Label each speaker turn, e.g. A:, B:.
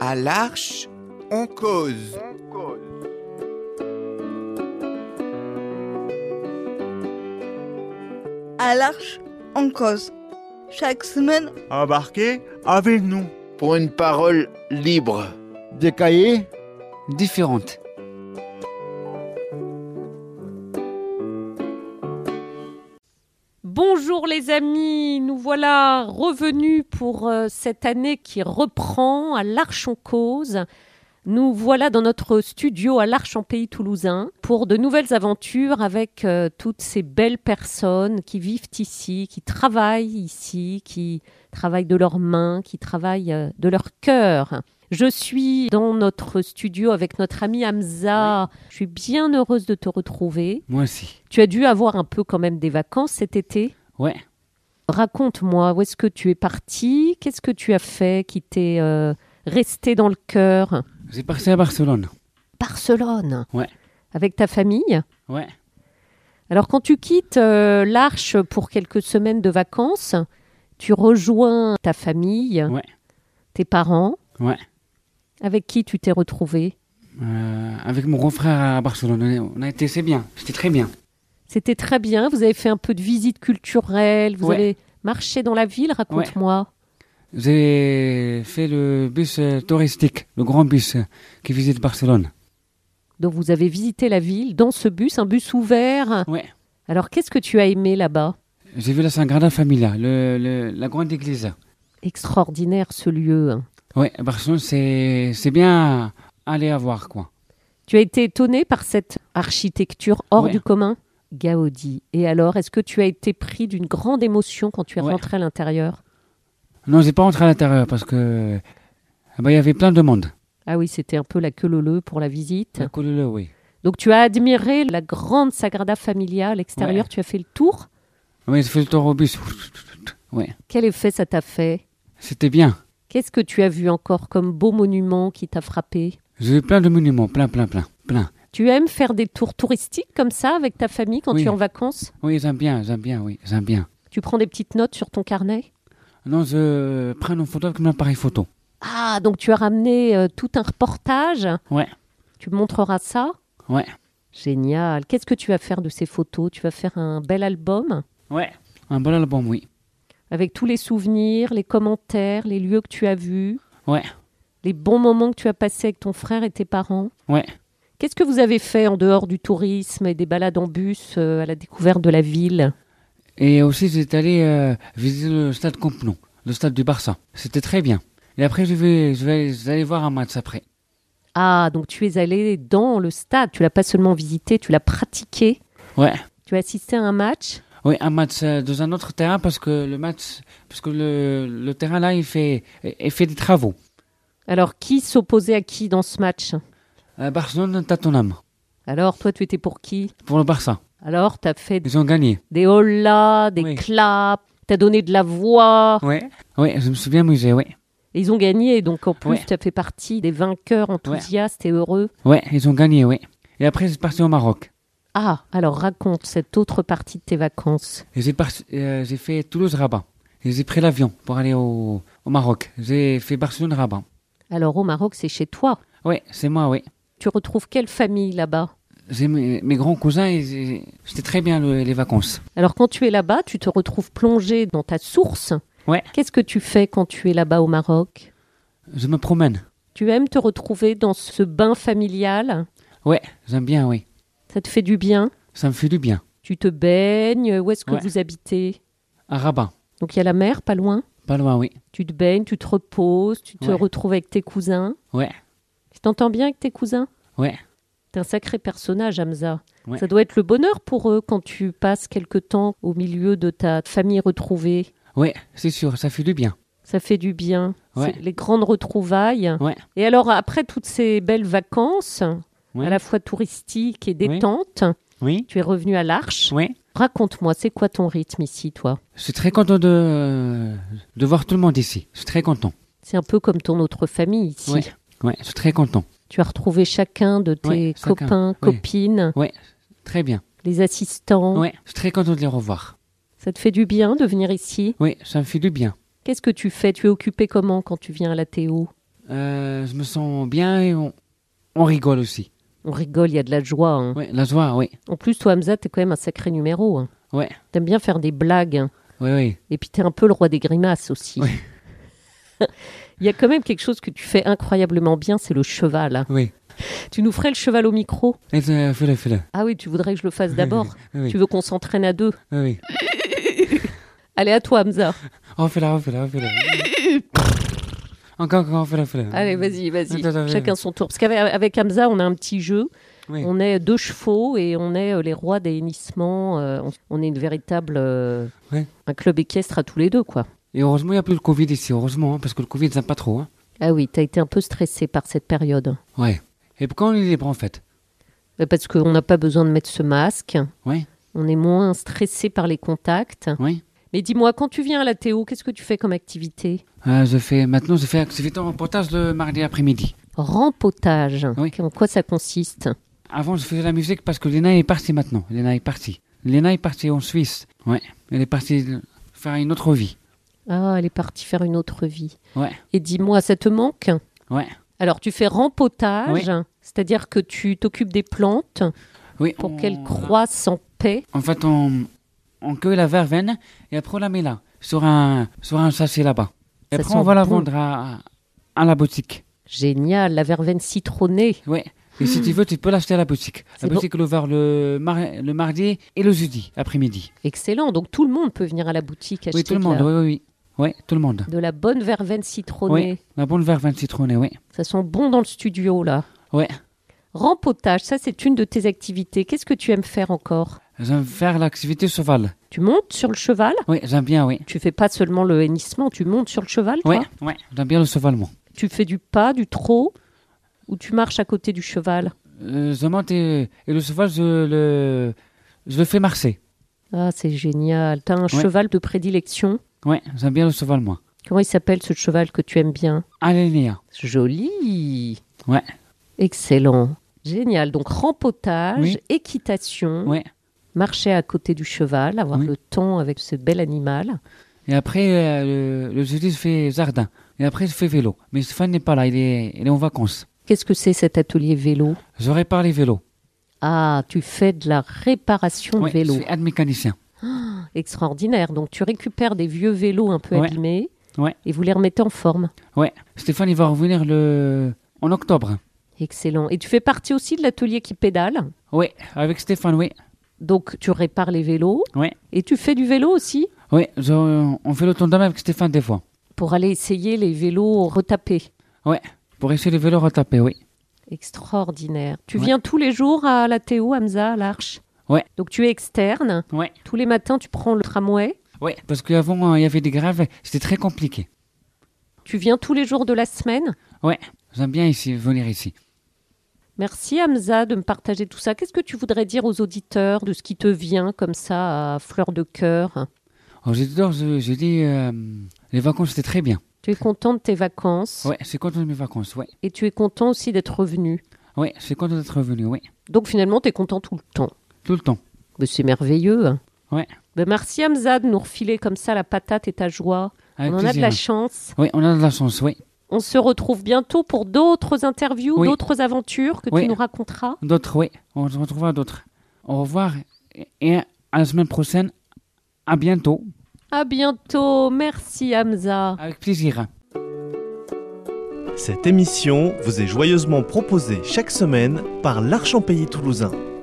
A: À l'arche, on cause.
B: À l'arche, on cause. Chaque semaine,
C: Embarquez avec nous.
D: pour une parole libre.
E: Des cahiers
F: différentes.
G: Bonjour les amis, nous voilà revenus pour euh, cette année qui reprend à l'Arche en cause. Nous voilà dans notre studio à l'Arche en Pays Toulousain pour de nouvelles aventures avec euh, toutes ces belles personnes qui vivent ici, qui travaillent ici, qui travaillent de leurs mains, qui travaillent euh, de leur cœur. Je suis dans notre studio avec notre ami Hamza. Je suis bien heureuse de te retrouver.
F: Moi aussi.
G: Tu as dû avoir un peu quand même des vacances cet été.
F: Ouais.
G: Raconte-moi, où est-ce que tu es parti Qu'est-ce que tu as fait qui t'est euh, resté dans le cœur
F: J'ai passé à Barcelone.
G: Barcelone
F: Ouais.
G: Avec ta famille
F: Ouais.
G: Alors quand tu quittes euh, l'Arche pour quelques semaines de vacances, tu rejoins ta famille,
F: Ouais.
G: tes parents.
F: Ouais.
G: Avec qui tu t'es retrouvé
F: Euh, avec mon grand frère à Barcelone. On a- On a été, c'est bien. C'était très bien.
G: C'était très bien, vous avez fait un peu de visite culturelle, vous
F: Ouais.
G: avez marché dans la ville, raconte-moi.
F: J'ai fait le bus euh, touristique, le grand bus euh, qui visite Barcelone.
G: Donc vous avez visité la ville dans ce bus, un bus ouvert.
F: Ouais.
G: Alors qu'est-ce que tu as aimé là-bas
F: J'ai vu la Sagrada Familia, le- le- la grande église.
G: Extraordinaire ce lieu.
F: Ouais, Barcelone, c'est c'est bien à aller à voir, quoi.
G: Tu as été étonné par cette architecture hors
F: Ouais.
G: du commun Gaudi. Et alors, est-ce que tu as été pris d'une grande émotion quand tu es
F: Ouais.
G: rentré à l'intérieur
F: Non, j'ai pas rentré à l'intérieur parce que ah bah, il y avait plein de monde. Ah,
G: Ah oui, c'était un peu la queue leu pour la visite.
F: Coulez-le, oui.
G: Donc tu as admiré la grande Sagrada Familia à l'extérieur, tu as fait le tour.
F: Oui, j'ai fait le tour au bus. Ouais,
G: Quel effet ça t'a fait
F: c'était bien.
G: Qu'est-ce que tu as vu encore comme beau monument qui t'a frappé
F: J'ai eu plein de monuments, plein, plein, plein, plein.
G: Tu aimes faire des tours touristiques comme ça avec ta famille quand
F: Oui.
G: tu es en vacances
F: Oui, j'aime bien, j'aime bien, oui, j'aime bien.
G: Tu prends des petites notes sur ton carnet
F: Non, je prends une photo avec mon appareil photo.
G: Ah, donc tu as ramené euh, tout un reportage
F: Ouais.
G: Tu me montreras ça
F: Ouais.
G: Génial. Qu'est-ce que tu vas faire de ces photos Tu vas faire un bel album
F: Ouais. Un bon album, oui.
G: avec tous les souvenirs, les commentaires, les lieux que tu as vus
F: Ouais.
G: Les bons moments que tu as passés avec ton frère et tes parents
F: Ouais.
G: Qu'est-ce que vous avez fait en dehors du tourisme et des balades en bus euh, à la découverte de la ville
F: Et aussi, j'étais allé euh, visiter le stade Camp Nou, le stade du Barça. C'était très bien. Et après, je vais, je vais, je vais aller voir un match après.
G: Ah, donc tu es allé dans le stade, tu l'as pas seulement visité, tu l'as pratiqué,
F: Ouais.
G: tu as assisté à un match.
F: Oui, un match euh, dans un autre terrain parce que le match, parce que le, le terrain là, il fait, il fait des travaux.
G: Alors qui s'opposait à qui dans ce match
F: Euh, Barcelone, t'as ton âme
G: Alors toi tu étais pour qui
F: pour le Barça.
G: Alors tu as fait
F: Ils ont gagné.
G: des hollas, des
F: Oui.
G: claps, tu as donné de la voix.
F: Ouais. Oui, je me suis bien amusé, oui.
G: Et ils ont gagné, donc en plus
F: Ouais.
G: tu as fait partie des vainqueurs enthousiastes et heureux.
F: Ouais, ils ont gagné, oui. Et après, j'ai parti au Maroc.
G: Ah, alors raconte cette autre partie de tes vacances.
F: Et J'ai parti- euh, j'ai fait Toulouse-Rabat. Et J'ai pris l'avion pour aller au, au Maroc. J'ai fait Barcelone-Rabat.
G: Alors au Maroc c'est chez toi.
F: Ouais, c'est moi, oui.
G: Tu retrouves quelle famille là-bas
F: J'ai mes, mes grands cousins et j'ai- c'était très bien le- les vacances.
G: Alors quand tu es là-bas, tu te retrouves plongé dans ta source.
F: Ouais.
G: Qu'est-ce que tu fais quand tu es là-bas au Maroc
F: Je me promène.
G: Tu aimes te retrouver dans ce bain familial
F: Ouais, j'aime bien, oui.
G: Ça te fait du bien
F: Ça me fait du bien.
G: Tu te baignes Où est-ce que
F: Ouais.
G: vous habitez
F: À Rabat,
G: Donc il y a la mer pas loin.
F: pas loin, oui.
G: Tu te baignes, tu te reposes, tu te
F: Ouais.
G: retrouves avec tes cousins.
F: Ouais.
G: Tu t'entends bien avec tes cousins
F: Ouais.
G: T'es un sacré personnage, Hamza.
F: Ouais.
G: Ça doit être le bonheur pour eux quand tu passes quelque temps au milieu de ta famille retrouvée.
F: Ouais, c'est sûr, ça fait du bien.
G: Ça fait du bien.
F: Ouais.
G: C'est Les grandes retrouvailles.
F: Ouais.
G: Et alors, après toutes ces belles vacances,
F: Ouais.
G: à la fois touristiques et
F: Oui.
G: détentes,
F: Oui.
G: tu es revenu à l'Arche.
F: Ouais.
G: Raconte-moi, c'est quoi ton rythme ici, toi
F: Je suis très content de, de voir tout le monde ici. Je suis très content.
G: C'est un peu comme ton autre famille ici.
F: Ouais. Ouais, je suis très content.
G: Tu as retrouvé chacun de tes
F: Ouais, chacun.
G: copains,
F: Oui.
G: copines,
F: Très bien.
G: les assistants.
F: Ouais, je suis très content de les revoir.
G: Ça te fait du bien de venir ici
F: Oui, ça me fait du bien.
G: Qu'est-ce que tu fais Tu es occupé comment quand tu viens à la Théo
F: Euh, je me sens bien et on, on rigole aussi.
G: On rigole, il y a de la joie. hein.
F: Ouais, la joie, oui.
G: En plus, toi, Hamza, t'es quand même un sacré numéro. hein.
F: Ouais,
G: T'aimes bien faire des blagues. hein.
F: oui, oui.
G: Et puis, t'es un peu le roi des grimaces aussi.
F: Oui.
G: Il y a quand même quelque chose que tu fais incroyablement bien, c'est le cheval. hein.
F: Oui.
G: Tu nous ferais le cheval au micro
F: Et, euh, Fais-le, fais-le.
G: Ah oui, tu voudrais que je le fasse d'abord
F: Oui,
G: Tu veux qu'on s'entraîne à deux
F: oui, oui.
G: Allez, à toi, Hamza.
F: Oh, fais-la, oh, fais-la, oh, fais-la. Encore, encore, fais-la, fais-la.
G: Allez, vas-y, vas-y.
F: Attends, attends,
G: Chacun son tour. Parce qu'avec avec Hamza, on a un petit jeu.
F: Oui.
G: On est deux chevaux et on est euh, les rois des hennissements. euh, on- on est une véritable. euh,
F: Ouais.
G: Un club équestre à tous les deux, quoi.
F: Et heureusement, il n'y a plus le Covid ici, heureusement, hein, parce que le Covid, ça n'aime pas trop. Hein.
G: Ah oui, t'as été un peu stressé par cette période.
F: Ouais. Et pourquoi on est libre, en fait
G: Euh, Parce qu'on n'a pas besoin de mettre ce masque.
F: Ouais.
G: On est moins stressé par les contacts.
F: Oui.
G: Mais dis-moi, quand tu viens à la Théo, qu'est-ce que tu fais comme activité
F: Euh, je fais, maintenant, je fais activité en reportage le mardi après-midi.
G: Rempotage.
F: Oui.
G: En quoi ça consiste
F: Avant, je faisais la musique parce que Léna est partie maintenant. Léna est partie. Léna est partie en Suisse. Ouais. Elle est partie faire une autre vie.
G: Ah, elle est partie faire une autre vie.
F: Ouais.
G: Et dis-moi, ça te manque
F: Ouais.
G: Alors, tu fais rempotage, c'est-à-dire que tu t'occupes des plantes
F: Oui.
G: pour
F: on-
G: qu'elles croissent en paix.
F: En fait, on, on cueille la verveine et après on la met là, sur un, sur un sachet là-bas. Et
G: Ça
F: après
G: sent
F: on va la
G: bon.
F: vendre à, à la boutique.
G: Génial, la verveine citronnée.
F: Ouais. Et si tu veux, tu peux l'acheter à la boutique.
G: C'est
F: La
G: bon.
F: boutique est ouverte le, mar- le mardi et le jeudi après-midi.
G: Excellent. Donc, tout le monde peut venir à la boutique acheter
F: Oui, tout le
G: de,
F: monde.
G: la,
F: Oui, oui, oui. Ouais, tout le monde.
G: de la bonne verveine citronnée.
F: Oui, la bonne verveine citronnée, oui.
G: Ça sent bon dans le studio, là.
F: Ouais.
G: Rempotage, ça, c'est une de tes activités. Qu'est-ce que tu aimes faire encore
F: J'aime faire l'activité cheval.
G: Tu montes sur le cheval
F: Oui, j'aime bien, oui.
G: Tu fais pas seulement le hennissement, tu montes sur le cheval, toi
F: Oui, ouais. j'aime bien le cheval, moi.
G: Tu fais du pas, du trot ou tu marches à côté du cheval
F: Euh, je monte et, et le cheval, je le, je le fais marcher.
G: Ah, c'est génial. T'as un cheval de prédilection.
F: Oui, j'aime bien le cheval, moi.
G: Comment il s'appelle ce cheval que tu aimes bien
F: Allez, Néa.
G: Joli.
F: Ouais.
G: Excellent. Génial. Donc rempotage,
F: Oui.
G: équitation,
F: Ouais.
G: marcher à côté du cheval, avoir
F: Oui.
G: le temps avec ce bel animal.
F: Et après, euh, le, le jeudi, je fais jardin. Et après, je fais vélo. Mais Stéphane n'est pas là, il est, il est en vacances.
G: Qu'est-ce que c'est cet atelier vélo
F: Je répare les vélos.
G: Ah, tu fais de la réparation
F: Ouais,
G: de Oh, vélo.
F: Je suis aide mécanicien.
G: Extraordinaire. Donc tu récupères des vieux vélos un peu
F: Ouais.
G: abîmés
F: Ouais.
G: et vous les remettez en forme.
F: Ouais. Stéphane, il va revenir le... en octobre.
G: Excellent. Et tu fais partie aussi de l'atelier qui pédale.
F: Oui, avec Stéphane, oui.
G: Donc tu répares les vélos.
F: Ouais.
G: Et tu fais du vélo aussi
F: Oui, je- on fait le tandem avec Stéphane des fois.
G: pour aller essayer les vélos retapés.
F: Pour essayer les vélos retapés, oui.
G: Extraordinaire. Tu
F: Ouais.
G: viens tous les jours à la Théo, Hamza, à l'Arche
F: Ouais.
G: Donc tu es externe.
F: Ouais.
G: Tous les matins, tu prends le tramway.
F: Ouais. Parce qu'avant, euh, il y avait des graves, c'était très compliqué.
G: Tu viens tous les jours de la semaine.
F: J'aime bien ici, venir ici.
G: Merci Hamza de me partager tout ça. Qu'est-ce que tu voudrais dire aux auditeurs de ce qui te vient comme ça à fleur de cœur
F: Alors, j'ai dehors, je, je dis, euh, les vacances, c'était très bien.
G: Tu es content de tes vacances
F: Ouais, c'est content de mes vacances, ouais.
G: et tu es content aussi d'être revenu.
F: Ouais, c'est content d'être revenu, ouais.
G: Donc finalement, tu es content tout le temps.
F: Tout le temps.
G: Mais c'est merveilleux. hein.
F: Ouais.
G: Ben, merci Hamza de nous refiler comme ça la patate et ta joie. On
F: Avec
G: en a de
F: plaisir.
G: la chance.
F: Oui, on a de la chance, oui.
G: On se retrouve bientôt pour d'autres interviews,
F: Oui.
G: d'autres aventures que tu
F: Oui.
G: nous raconteras.
F: D'autres, oui. On se retrouvera d'autres. Au revoir et- et à la semaine prochaine. À bientôt.
G: À bientôt. Merci Hamza.
F: Avec plaisir.
E: Cette émission vous est joyeusement proposée chaque semaine par l'Arch-en-Pays toulousain.